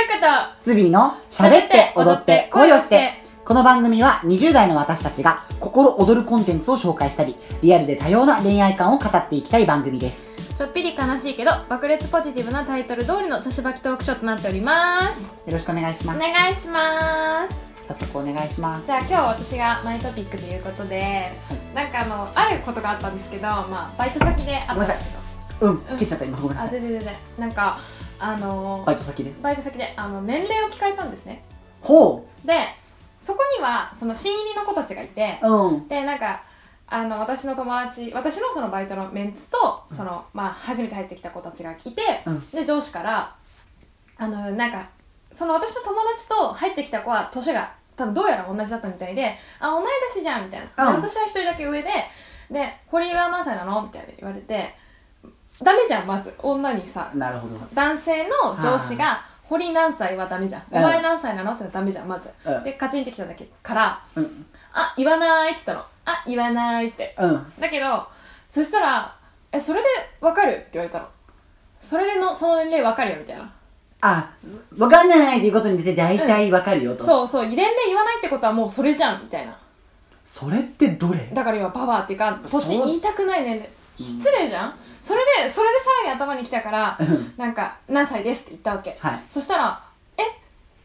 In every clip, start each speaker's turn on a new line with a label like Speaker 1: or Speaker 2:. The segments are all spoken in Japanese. Speaker 1: と
Speaker 2: ズビーの喋って踊って恋をしてこの番組は20代の私たちが心躍るコンテンツを紹介したりリアルで多様な恋愛観を語っていきたい番組です
Speaker 1: ちょっぴり悲しいけど爆裂ポジティブなタイトル通りの差しばきトークショーとなっております
Speaker 2: よろしくお願いし
Speaker 1: お
Speaker 2: ます
Speaker 1: 願いします
Speaker 2: 早速お願いします
Speaker 1: じゃあ今日私がマイトピックということでなんかあのあることがあったんですけど、まあ、バイト先であったんですけ
Speaker 2: うん切っちゃった今ごめん
Speaker 1: ど
Speaker 2: な
Speaker 1: あ
Speaker 2: さい
Speaker 1: 全然全然なんかあの
Speaker 2: バイト先で
Speaker 1: バイト先であの年齢を聞かれたんですね
Speaker 2: ほ
Speaker 1: でそこにはその新入りの子たちがいて
Speaker 2: ううん
Speaker 1: でなんかあの私の友達私のそのバイトのメンツとその、まあ、初めて入ってきた子たちがいて、
Speaker 2: うん
Speaker 1: で上司からあのなんかその私の友達と入ってきた子は年が多分どうやら同じだったみたいで「あ同い年じゃん」みたいな、
Speaker 2: うん
Speaker 1: で私は一人だけ上で「で堀井は何歳なの?」みたいな言われて「ダメじゃんまず女にさ
Speaker 2: なるほど
Speaker 1: 男性の上司が「堀何歳はダメじゃん、
Speaker 2: うん
Speaker 1: お前何歳なの?」ってのはダメじゃんまず、
Speaker 2: うん
Speaker 1: でカチンってきただけから
Speaker 2: うん
Speaker 1: 「あ言わない」って言ったの「あ言わない」って
Speaker 2: うん
Speaker 1: だけどそしたら「えそれでわかる?」って言われたのそれでのその年齢わかるよみたいな
Speaker 2: あわかんないっていうことに出て大体わかるよと、
Speaker 1: そうそう年齢言わないってことはもうそれじゃんみたいな
Speaker 2: それってどれ
Speaker 1: だから今ババアっていうか
Speaker 2: そう
Speaker 1: 年言いたくない年齢失礼じゃん、それでそれでさらに頭にきたから
Speaker 2: うん
Speaker 1: なんか「何歳です」って言ったわけ
Speaker 2: はい
Speaker 1: そしたら「え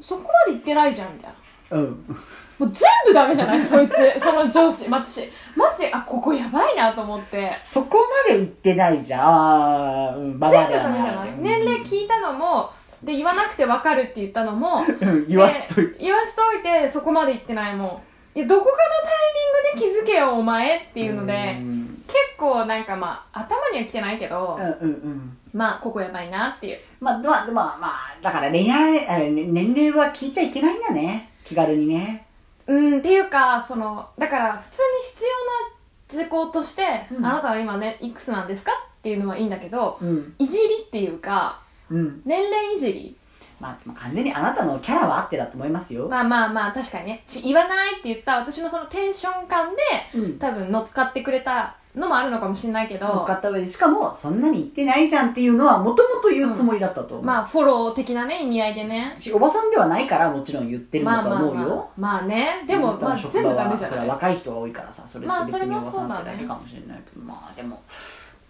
Speaker 1: そこまで言ってないじゃん」みたいな
Speaker 2: うん
Speaker 1: もう全部ダメじゃないそいつその上司私マジであここやばいなと思って
Speaker 2: そこまで言ってないじゃんあーうんババ
Speaker 1: 全
Speaker 2: ア
Speaker 1: 部
Speaker 2: では
Speaker 1: ダメじゃない年齢
Speaker 2: い
Speaker 1: 聞いたのもで言わなくて分かるって言ったのも
Speaker 2: うん 言わしとい
Speaker 1: で言わしといてそこまで言ってないもんいやどこかのタイミングで気づけよお前って
Speaker 2: て
Speaker 1: いうので
Speaker 2: うん
Speaker 1: 結構なんかまあ頭には来てないけど
Speaker 2: うんうんうん
Speaker 1: まあここやばいなっていう
Speaker 2: まあ、まあ、まあ、まあ、だから恋愛、あね年齢は聞いちゃいけないんだね。気軽にね。
Speaker 1: うんっていうかそのだから普通に必要な事項として、
Speaker 2: うん
Speaker 1: あなたは今ねいくつなんですかっていうのはいいんだけど
Speaker 2: うん。
Speaker 1: いじりっていうか
Speaker 2: うん。
Speaker 1: 年齢いじり
Speaker 2: まあ、まあ完全にあなたのキャラはあってだと思いますよ。
Speaker 1: まあまあまあ確かにねし言わないって言った私のそのテンション感で
Speaker 2: うん。
Speaker 1: 多分乗っかってくれたのもあるのかもしれないけ
Speaker 2: 分
Speaker 1: ど
Speaker 2: かった上で、しかも、そんなに言ってないじゃんっていうのは、もともと言うつもりだったと思う。
Speaker 1: まあフォロー的なね意味合いでね
Speaker 2: しおばさんではないから、もちろん言ってるん
Speaker 1: ま
Speaker 2: だ
Speaker 1: あ
Speaker 2: と
Speaker 1: まあ
Speaker 2: 思うよ。
Speaker 1: まあまあねでも
Speaker 2: あなた
Speaker 1: ま
Speaker 2: の
Speaker 1: あ
Speaker 2: 職
Speaker 1: 全
Speaker 2: 場
Speaker 1: 部
Speaker 2: は
Speaker 1: ダメじゃ
Speaker 2: ほ
Speaker 1: な
Speaker 2: ら
Speaker 1: い
Speaker 2: 若い人が多いからさ、それっ
Speaker 1: まあ
Speaker 2: て
Speaker 1: そ
Speaker 2: 別
Speaker 1: れ
Speaker 2: に
Speaker 1: も
Speaker 2: おばさん
Speaker 1: そう
Speaker 2: っ
Speaker 1: だ
Speaker 2: て
Speaker 1: ね
Speaker 2: だけかもしれないけど、まあでも、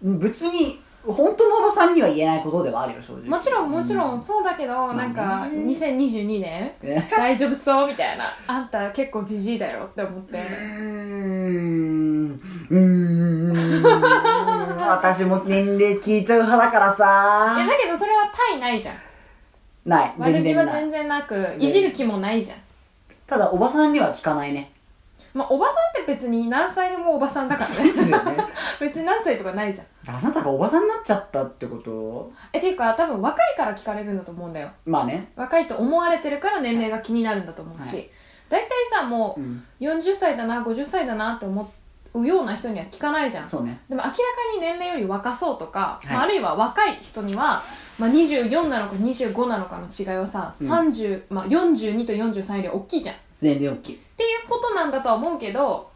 Speaker 2: 別に、本当のおばさんには言えないことではあるよ、正直。
Speaker 1: もちろんもちろんそうだけど
Speaker 2: あね
Speaker 1: なんか2022年
Speaker 2: うん。ね
Speaker 1: 大丈夫そうみたいなあんた結構じじいだよって思っ
Speaker 2: うーんう
Speaker 1: て
Speaker 2: ーん 私も年齢聞いちゃう派だから
Speaker 1: いや
Speaker 2: さ
Speaker 1: だけどそれはパイないじゃん
Speaker 2: ない
Speaker 1: 悪気
Speaker 2: 全然
Speaker 1: は
Speaker 2: ない
Speaker 1: 全然なく
Speaker 2: 全然
Speaker 1: いじる気もないじゃん
Speaker 2: ただおばさんには聞かないね
Speaker 1: まあおばさんって別に何歳でもおばさんだから ね別に何歳とかないじゃん
Speaker 2: あなたがおばさんになっちゃったってこと
Speaker 1: えっていうか多分若いから聞かれるんだと思うんだよ
Speaker 2: まあね、
Speaker 1: 若いと思われてるから年齢が気になるんだと思う
Speaker 2: は
Speaker 1: し大体、さも
Speaker 2: うん、
Speaker 1: う40歳だな50歳だなって思うような人には聞かないじゃん
Speaker 2: そうね
Speaker 1: でも明らかに年齢より若そうとか、
Speaker 2: はい
Speaker 1: まあ、あるいは若い人には、まあ、24なのか25なのかの違いはさ、
Speaker 2: うん
Speaker 1: 30まあ、42と43より大きいじゃんっ
Speaker 2: 全然大きい
Speaker 1: ていうことなんだとは思うけど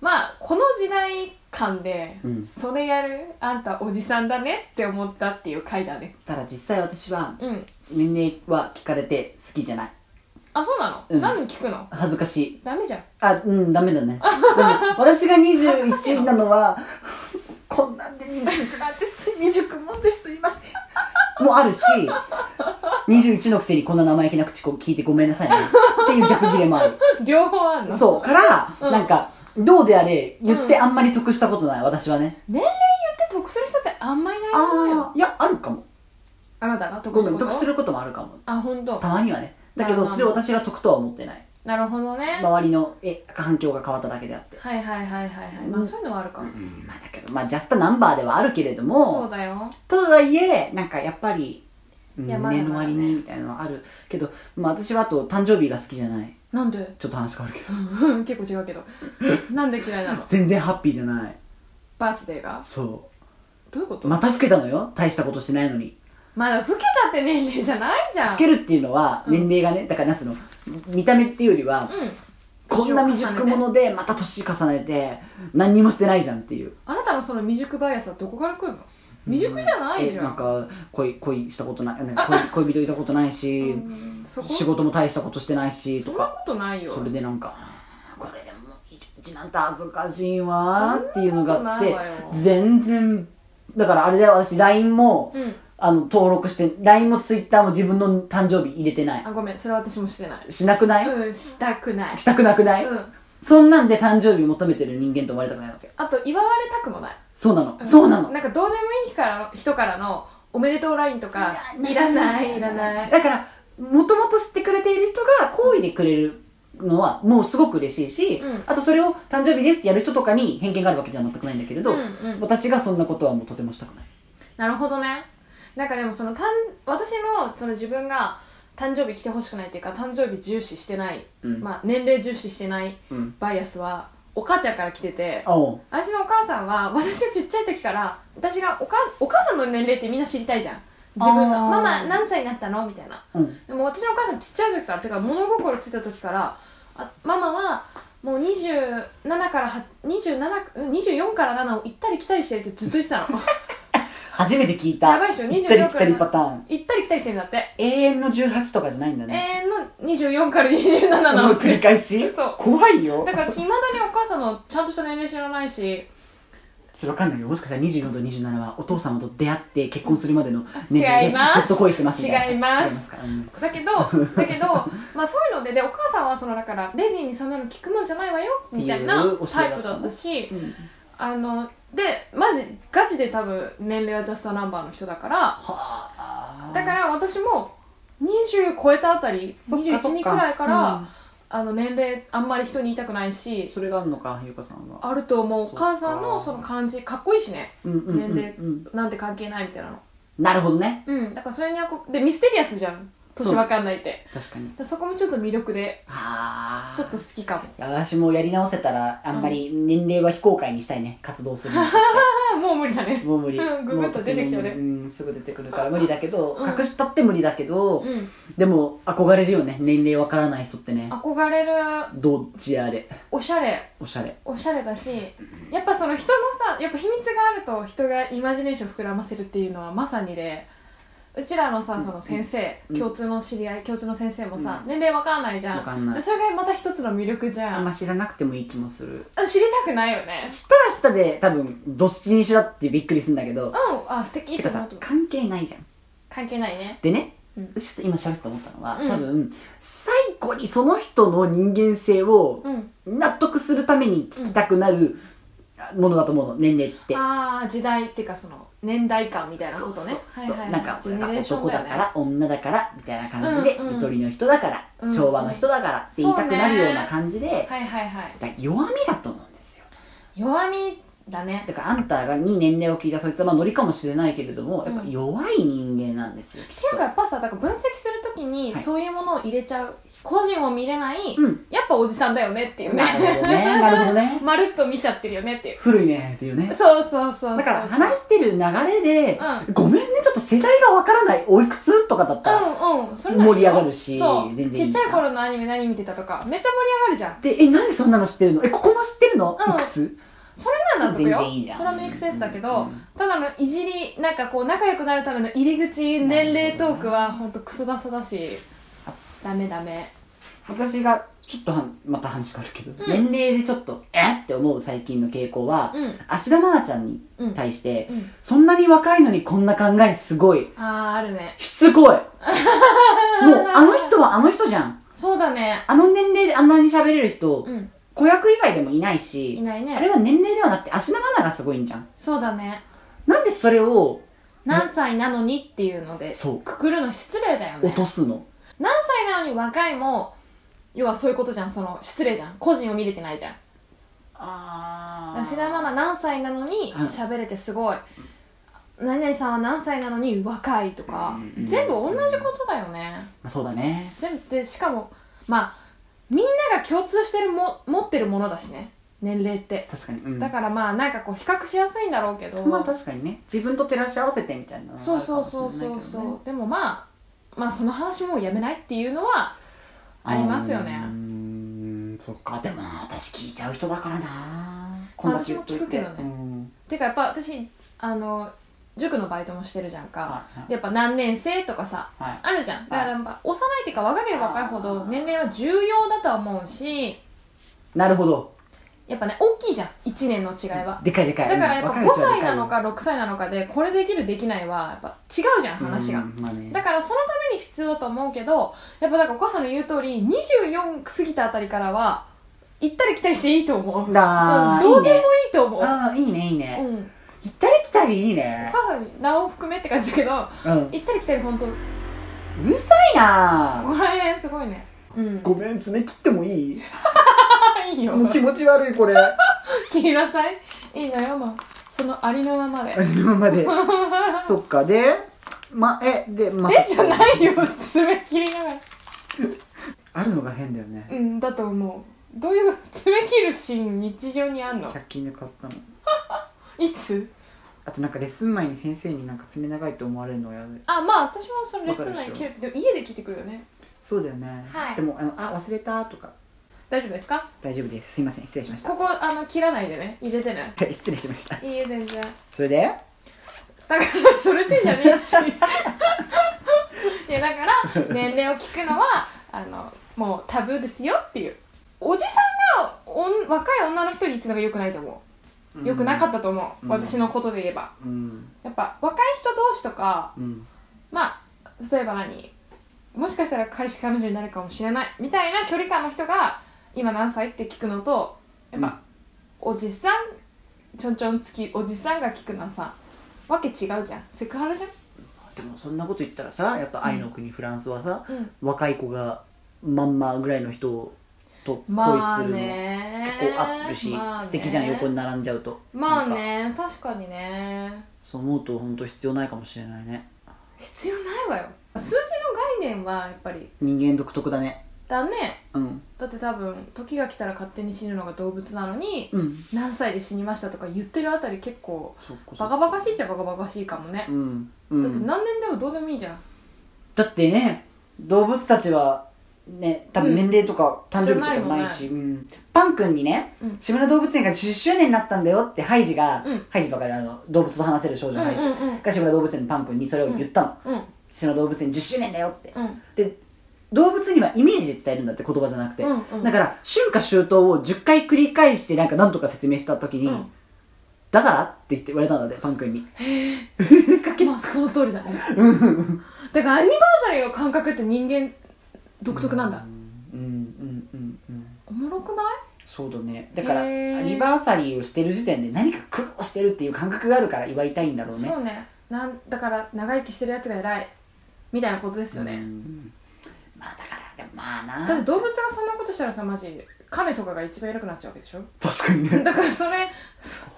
Speaker 1: まあこの時代感で、
Speaker 2: うん
Speaker 1: それやるあんたおじさんだねって思ったっていう回だね
Speaker 2: ただ実際私は
Speaker 1: うん
Speaker 2: 年齢は聞かれて好きじゃない
Speaker 1: あそうなの、
Speaker 2: うん
Speaker 1: 何聞くの
Speaker 2: 恥ずかしい
Speaker 1: ダメじゃん
Speaker 2: あうんダメだねでも私が21なのはこんなんで21なんです未熟もんですいませんもあるし21のくせにこんな生意気な口こう聞いてごめんなさいねっていう逆切れもある
Speaker 1: 両方あるの
Speaker 2: そうから、
Speaker 1: うん
Speaker 2: なんかどうであれ言ってあんまり得したことない私はね、
Speaker 1: 年齢言って得する人ってあんまりいないと思うよ
Speaker 2: ああいやあるかも
Speaker 1: あなたが得
Speaker 2: ご
Speaker 1: す
Speaker 2: め
Speaker 1: る
Speaker 2: ん
Speaker 1: こと
Speaker 2: 得することもあるかも
Speaker 1: あ本当
Speaker 2: たまにはねだけ
Speaker 1: まあ
Speaker 2: ど
Speaker 1: まあ
Speaker 2: それを私が得とは思ってない
Speaker 1: なるほどね、
Speaker 2: 周りのえ環境が変わっただけであって、
Speaker 1: はいはいはいはいはいまあ
Speaker 2: うん
Speaker 1: そういうのはあるかも、
Speaker 2: うんまあ、だけどまあジャストナンバーではあるけれども
Speaker 1: そうだよ
Speaker 2: とはいえなんかやっぱり、うん、
Speaker 1: いや
Speaker 2: 年
Speaker 1: まだ
Speaker 2: の割
Speaker 1: まだね
Speaker 2: にみたいなのはあるけど、まあ、私はあと誕生日が好きじゃない
Speaker 1: なんで
Speaker 2: ちょっと話変わるけど
Speaker 1: 結構違うけどなんで嫌いなの
Speaker 2: 全然ハッピーじゃない
Speaker 1: バースデーが
Speaker 2: そ
Speaker 1: どういうこ
Speaker 2: う
Speaker 1: とま
Speaker 2: また老けたのよ大したことしてないのに
Speaker 1: だ老けたって年齢じゃないじゃん
Speaker 2: 老けるっていうのは
Speaker 1: うん
Speaker 2: 年齢がね、だから夏の見た目っていうよりは、
Speaker 1: うん
Speaker 2: こんな未熟者でまた年重ねて何にもしてないじゃんっていう
Speaker 1: あなたのその未熟バイアスはどこから来るの未熟じゃないじゃん
Speaker 2: えなんか恋恋したことないなんか 恋恋人いたことないし、
Speaker 1: うんそこ
Speaker 2: 仕事も大したことしてないしと
Speaker 1: そんな
Speaker 2: か
Speaker 1: ことないよ
Speaker 2: それでなんかこれでもうちなんて恥ずかしいわーっていうのがあって
Speaker 1: そんなことないわよ
Speaker 2: 全然だからあれだよ私 LINE も、
Speaker 1: うん
Speaker 2: あの登録して LINE も Twitter も自分の誕生日入れてない
Speaker 1: あごめんそれは私もしてない
Speaker 2: しなくない、
Speaker 1: うんしたくない
Speaker 2: したくなくない、
Speaker 1: うん
Speaker 2: そんなんで誕生日求めてる人間と生まれたくないわけ
Speaker 1: あと祝われたくもない
Speaker 2: そうなの、そうなの
Speaker 1: なんかどうでもいい人から人からのおめでとうラインとかいらないいらない
Speaker 2: だからもともと知ってくれている人が好意でくれるのはもうすごく嬉しいし、
Speaker 1: うん
Speaker 2: あとそれを誕生日ですってやる人とかに偏見があるわけじゃ全くないんだけれど、
Speaker 1: うんうん
Speaker 2: 私がそんなことはもうとてもしたくない
Speaker 1: なるほどねなんかでもそのたん私のその自分が誕生日来てほしくないっていうか誕生日重視してない、
Speaker 2: うん
Speaker 1: まあ、年齢重視してない
Speaker 2: うん
Speaker 1: バイアスはお母ちゃんから来てて
Speaker 2: あおう
Speaker 1: 私のお母さんは私がちっちゃい時から私がおかお母さんの年齢ってみんな知りたいじゃん自分
Speaker 2: あー
Speaker 1: のママ何歳になったのみたいな
Speaker 2: うん
Speaker 1: でも私のお母さんちっちゃい時からてか物心ついた時からあママはもう27からは27うん24から7を行ったり来たりしてるってずっと言ってたの
Speaker 2: 初めて聞いた
Speaker 1: やばいっしょ
Speaker 2: 行ったり
Speaker 1: 24
Speaker 2: 来たりパターン
Speaker 1: 行ったり来たりしてるんだって
Speaker 2: 永遠の18とかじゃないんだ
Speaker 1: 永
Speaker 2: ね、
Speaker 1: 遠の24から27な
Speaker 2: こ
Speaker 1: の
Speaker 2: の繰り返し
Speaker 1: そう
Speaker 2: 怖いよ
Speaker 1: だから私いまだにお母さんのちゃんとした年齢知らないし
Speaker 2: それわかんないよもしかしたら24と27はお父様と出会って結婚するまでの年齢
Speaker 1: 違い
Speaker 2: で
Speaker 1: ます
Speaker 2: ずっと恋してますみた
Speaker 1: 違います
Speaker 2: 違いますか、うん
Speaker 1: だけ どだけど、まあ、そういうのででお母さんはそのだからレディーにそんなの聞くもんじゃないわよみたいな
Speaker 2: っていう教え
Speaker 1: タ
Speaker 2: だ
Speaker 1: イ
Speaker 2: ったの
Speaker 1: プだったし
Speaker 2: うん
Speaker 1: あのでマジガチで多分年齢はジャストナンバーの人だから
Speaker 2: はあ
Speaker 1: だから私も20超えたあたり
Speaker 2: そっかそっか
Speaker 1: 22くらいから、
Speaker 2: うん
Speaker 1: あの年齢あんまり人に言いたくないし
Speaker 2: それがあるのかゆかさんは
Speaker 1: あると思う
Speaker 2: そ
Speaker 1: お
Speaker 2: っか
Speaker 1: 母さんのその感じかっこいいしね
Speaker 2: うんうんうん、
Speaker 1: 年
Speaker 2: うん、
Speaker 1: なんて関係ないみたいなの
Speaker 2: なるほどね
Speaker 1: うんだからそれにあこでミステリアスじゃん年わかんないって
Speaker 2: 確かに
Speaker 1: そそこもちょっと魅力で
Speaker 2: ああ
Speaker 1: ちょっと好きかも
Speaker 2: いや私もやり直せたらあんまり年齢は非公開にしたいね活動するの
Speaker 1: あもう無理だ ね
Speaker 2: もう無理
Speaker 1: うんググッと出てきちゃうね
Speaker 2: もとても無理うんすぐ出てくるから無理だけど、
Speaker 1: うん
Speaker 2: 隠したって無理だけど、
Speaker 1: うん
Speaker 2: でも憧れるよね年齢わからない人ってね
Speaker 1: 憧れる
Speaker 2: どっちあれ
Speaker 1: おしゃれ
Speaker 2: おしゃれ
Speaker 1: おしゃれだしやっぱその人のさやっぱ秘密があると人がイマジネーション膨らませるっていうのはまさにでうちらのさその先生、
Speaker 2: うん
Speaker 1: 共通の知り合い共通の先生もさ、年齢わかんないじゃ
Speaker 2: わ
Speaker 1: ん
Speaker 2: かんない
Speaker 1: それがまた一つの魅力じゃ
Speaker 2: あん
Speaker 1: ん
Speaker 2: ま知らなくてもいい気もする
Speaker 1: 知りたくないよね
Speaker 2: 知ったら知ったで多分どっちにしろってびっくりするんだけど
Speaker 1: うんあ素敵ってて
Speaker 2: か
Speaker 1: 思
Speaker 2: さ
Speaker 1: うと
Speaker 2: 関係ないじゃん
Speaker 1: 関係ないね
Speaker 2: でね、
Speaker 1: うん
Speaker 2: ちょっと今喋ってて思ったのは、
Speaker 1: うん
Speaker 2: 多分最後にその人の人間性を
Speaker 1: うん
Speaker 2: 納得するために聞きたくなるものだと思うの年齢って。
Speaker 1: ああ時代っていうかその年代感みたいな
Speaker 2: そ
Speaker 1: こ
Speaker 2: う
Speaker 1: と
Speaker 2: そ
Speaker 1: ね
Speaker 2: うそう
Speaker 1: はいはいはい
Speaker 2: なんか
Speaker 1: ジェネレーション
Speaker 2: 男
Speaker 1: よ
Speaker 2: だ
Speaker 1: ね
Speaker 2: から女だからみたいな感じで、
Speaker 1: うんうん
Speaker 2: ゆとりの人だから、
Speaker 1: うんうん
Speaker 2: 昭和の人だからって言いたくなるような感じで、
Speaker 1: はいはいはい
Speaker 2: だから弱みだと思うんですよ
Speaker 1: 弱みだね
Speaker 2: だからあんたがに年齢を聞いたそいつはまあノリかもしれないけれどもやっぱ弱い人間なんですよ、きっ
Speaker 1: っていうか
Speaker 2: と
Speaker 1: やっぱさだから分析するときに
Speaker 2: はい
Speaker 1: そういうものを入れちゃう、個人を見れない、
Speaker 2: うん
Speaker 1: やっぱおじさんだよねっていうね
Speaker 2: なるほどねなるほどね
Speaker 1: まるっと見ちゃってるよねっていう
Speaker 2: 古いねっていうね
Speaker 1: そうそうそうそう
Speaker 2: だから話してる流れで、ごめんねちょっと世代がわからないおいくつとかだったら、
Speaker 1: うんうんそれならいいよ
Speaker 2: 盛り上がるし
Speaker 1: そう
Speaker 2: 全然いい
Speaker 1: ちっちゃい頃のアニメ何見てたとかめっちゃ盛り上がるじゃん
Speaker 2: でえなんでそんなの知ってるのえここも知ってるの、
Speaker 1: うん
Speaker 2: いくつ
Speaker 1: それなら納得
Speaker 2: 全
Speaker 1: よ
Speaker 2: 然いいじゃん
Speaker 1: それはメイクセンスだけど、
Speaker 2: うんうん
Speaker 1: ただのいじりなんかこう仲良くなるための入り口年齢トークは本当クソダサだし
Speaker 2: あ
Speaker 1: ダメダメ
Speaker 2: 私がちょっとはまた話変わるけど、
Speaker 1: ん
Speaker 2: 年齢でちょっとえって思う最近の傾向は、
Speaker 1: うん
Speaker 2: 芦田愛菜ちゃんに
Speaker 1: うん
Speaker 2: 対して、
Speaker 1: うん
Speaker 2: そんなに若いのにこんな考えすごい
Speaker 1: あああるね
Speaker 2: しつ こいもうあの人はあの人じゃん
Speaker 1: そうだね
Speaker 2: あの年齢であんなに喋れる人、
Speaker 1: うん
Speaker 2: 子役以外でもいないし
Speaker 1: いないね
Speaker 2: あれは年齢ではなくて芦田愛菜がすごいんじゃん
Speaker 1: そうだね
Speaker 2: なんでそれを
Speaker 1: 何歳なのにっていうので
Speaker 2: そう
Speaker 1: くくるの失礼だよね
Speaker 2: 落とすの
Speaker 1: 何歳なのに若いも要はそういうことじゃんその失礼じゃん個人を見れてないじゃん
Speaker 2: あ
Speaker 1: 芦田愛菜何歳なのに
Speaker 2: うん
Speaker 1: 喋れてすごい、何々さんは何歳なのに若いとか、
Speaker 2: うんうん
Speaker 1: 全部同じことだよね
Speaker 2: あ、そうだね
Speaker 1: 全部でしかもまあみんなが共通してるも持ってるものだしね年齢って
Speaker 2: 確かに、うん
Speaker 1: だからまあなんかこう比較しやすいんだろうけど、
Speaker 2: まあ確かにね自分と照らし合わせてみたいなのが
Speaker 1: そう
Speaker 2: あるか
Speaker 1: そう
Speaker 2: もしれ
Speaker 1: そ
Speaker 2: な
Speaker 1: う
Speaker 2: いけどね
Speaker 1: そうそうでもまあまあその話もうやめないっていうのはありますよね
Speaker 2: うーんそっかでもな私聞いちゃう人だからなこんだけ言っとい
Speaker 1: 私
Speaker 2: て
Speaker 1: も聞くけどね
Speaker 2: うん
Speaker 1: てかやっぱ私あの塾のバイトもしてるじゃんか、
Speaker 2: はいはい
Speaker 1: でやっぱ何年生とかさ
Speaker 2: はい
Speaker 1: あるじゃんだから
Speaker 2: は
Speaker 1: やっぱ幼いっていうか若ければ若いほ
Speaker 2: あ
Speaker 1: ど
Speaker 2: ー
Speaker 1: 年齢は重要だとは思うし
Speaker 2: なるほど
Speaker 1: やっぱね大きいじゃん1年の違いは、
Speaker 2: でかいでかい
Speaker 1: だからやっぱ
Speaker 2: 若
Speaker 1: 5
Speaker 2: いうちはで
Speaker 1: 歳
Speaker 2: かい
Speaker 1: なのか6歳なのかでこれできるできないはやっぱ違うじゃん話が、
Speaker 2: うんまあね
Speaker 1: だからそのために必要だと思うけどやっぱだからお母さんの言う通り24過ぎたあたりからは行ったり来たりしていいと思う、うん、
Speaker 2: だー
Speaker 1: どうでもい
Speaker 2: いね
Speaker 1: いと思う
Speaker 2: ああいいねいいね
Speaker 1: うん、
Speaker 2: 行ったり来たりいい
Speaker 1: お
Speaker 2: ね
Speaker 1: 母さんに名を含めって感じだけど行
Speaker 2: うん
Speaker 1: ったり来たり本当こ
Speaker 2: うるさいな
Speaker 1: こら辺すごいねうん
Speaker 2: ごめん爪切ってもいい
Speaker 1: あいいよ
Speaker 2: もう気持ち悪い これあ
Speaker 1: 切りなさいいいのよもうそのありのままで
Speaker 2: のまま でそっかでまえでま
Speaker 1: でじゃないよ爪切りながら
Speaker 2: あるのが変だよね
Speaker 1: うんだと思うどういう爪切るシーン日常にあんの
Speaker 2: 100均で買ったの
Speaker 1: いつ
Speaker 2: あとなんかレッスン前に先生になんか爪長いと思われるのはやだ
Speaker 1: あまあ私もそのレッスン
Speaker 2: わか
Speaker 1: 内
Speaker 2: るでしょ
Speaker 1: 切るでも家で切ってくるよね
Speaker 2: そうだよね、
Speaker 1: はい
Speaker 2: でもあのあ忘れたとか
Speaker 1: 大丈夫ですか
Speaker 2: 大丈夫ですすいません失礼しました
Speaker 1: ここあの切らないでね入れてね
Speaker 2: はい 失礼しました
Speaker 1: いいえ全然
Speaker 2: それで
Speaker 1: だからそれでじゃねえし いやだから年齢を聞くのはあのもうタブーですよっていうおじさんがおん若い女の人に言ってのが良くないと思う 良くなかったと思う、
Speaker 2: うん
Speaker 1: 私のことで言えば
Speaker 2: うん
Speaker 1: やっぱ若い人同士とか
Speaker 2: うん
Speaker 1: まあ例えば何もしかしたら彼氏彼女になるかもしれないみたいな距離感の人が今何歳って聞くのとやっぱ、おじさんちょんちょんつきおじさんが聞くのはさわけ違うじゃんセクハラじゃん
Speaker 2: でもそんなこと言ったらさやっぱ愛の国フランスはさ、
Speaker 1: うん
Speaker 2: 若い子がまんまぐらいの人と恋
Speaker 1: ますあ
Speaker 2: るの、
Speaker 1: ね
Speaker 2: 結構あるし、素敵じゃん横に並んじゃうと
Speaker 1: まあ
Speaker 2: なんか
Speaker 1: ね確かにね
Speaker 2: そう思うと本当必要ないかもしれないね
Speaker 1: 必要ないわよ数字の概念はやっぱり
Speaker 2: 人間独特だね
Speaker 1: だね
Speaker 2: うん
Speaker 1: だって多分時が来たら勝手に死ぬのが動物なのに
Speaker 2: うん
Speaker 1: 何歳で死にましたとか言ってるあたり結構
Speaker 2: そっかそっか
Speaker 1: バカバカしいっちゃバカバカしいかもね
Speaker 2: う、ん、うん、
Speaker 1: だって何年でもどうでもいいじゃん
Speaker 2: だってね動物たちはね多分年齢とか誕生日とかもないし、うんパン君にね、
Speaker 1: うん
Speaker 2: 志村動物園が10周年になったんだよってハイジが、
Speaker 1: うん
Speaker 2: ハイジばかりあの動物と話せる少
Speaker 1: う
Speaker 2: 女
Speaker 1: ん
Speaker 2: の
Speaker 1: うん
Speaker 2: ハイジ、
Speaker 1: うん
Speaker 2: が志村動物園のパン君にそれを言ったの、
Speaker 1: うん
Speaker 2: 志村動物園10周年だよって
Speaker 1: うん
Speaker 2: で動物にはイメージで伝えるんだって言葉じゃなくて、
Speaker 1: うんうん
Speaker 2: だから春夏秋冬を10回繰り返してなんか何とか説明した時に、
Speaker 1: うん
Speaker 2: だからって言って言われたのでパン君に
Speaker 1: まあその通りだねだからアニバーサリーの感覚って人間独特なんだ、
Speaker 2: うんうんうんうん
Speaker 1: おもろくない
Speaker 2: そうだねだからア
Speaker 1: へー
Speaker 2: ニバーサリーをしてる時点で何か苦労してるっていう感覚があるから祝いたいんだろうね
Speaker 1: そうねなんだから長生きしてるやつが偉いみたいなことですよ
Speaker 2: う
Speaker 1: ね、
Speaker 2: んまあだからでもまあな
Speaker 1: だって動物がそんなことしたらさマジ亀とかが一番偉くなっちゃうわけでし ょ
Speaker 2: 確かにね
Speaker 1: だからそれ、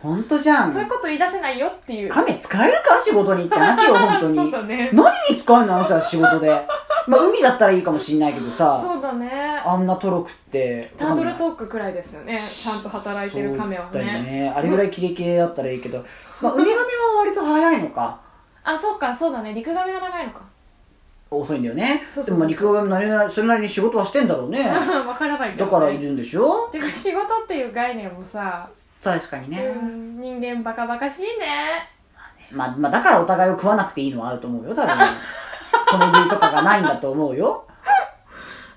Speaker 2: 本当じゃ
Speaker 1: そういうんこと言い出せないよっていう
Speaker 2: 亀使えるか仕事にって話よ本当
Speaker 1: そう
Speaker 2: に
Speaker 1: だね
Speaker 2: 何に使うのあなたは仕事でまあ海だったらいいかもしんないけどさ
Speaker 1: そうだね
Speaker 2: あんなトロクって
Speaker 1: タートル
Speaker 2: ー
Speaker 1: トークくらいですよねちゃんと働いてる亀は
Speaker 2: そうだよ
Speaker 1: ね
Speaker 2: ねあれぐらいキレ系だったらいいけど、まあ、ウミガメは割と早いのか
Speaker 1: あそうかそうだね陸亀が長いのか
Speaker 2: 遅いんだよね
Speaker 1: そうそうそう
Speaker 2: でもまあ陸上もなりなそれなりに仕事はしてんだろ うね
Speaker 1: わからないけど
Speaker 2: だ
Speaker 1: ね
Speaker 2: からいるんでしょ
Speaker 1: てか仕事っていう概念もさ、
Speaker 2: 確かにね、
Speaker 1: うん人間バカバカしいね
Speaker 2: まあ、まあだからお互いを食わなくていいのはあると思うよ多分共食いとかがないんだと思うよ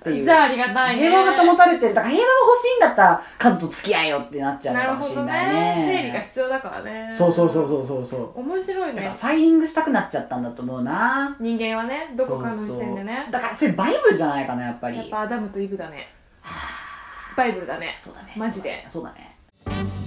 Speaker 2: っていう
Speaker 1: じゃあありがたいね
Speaker 2: 平和が保たれてるだから平和が欲しいんだったらカズと付き合えよってなっちゃう
Speaker 1: な
Speaker 2: の
Speaker 1: る
Speaker 2: かも
Speaker 1: ほ
Speaker 2: しれ
Speaker 1: ど
Speaker 2: ない
Speaker 1: ね
Speaker 2: ね
Speaker 1: 整理が必要だからね
Speaker 2: そうそうそうそうそうそう
Speaker 1: 面白い
Speaker 2: だから
Speaker 1: ね
Speaker 2: ファイリングしたくなっちゃったんだと思うな
Speaker 1: 人間はねどこかの視点で
Speaker 2: そうそう
Speaker 1: ね
Speaker 2: だからそれバイブルじゃないかなやっぱり
Speaker 1: やっぱアダムとイブだねバイブルだね
Speaker 2: そうだね
Speaker 1: マジで
Speaker 2: そうだねそうだね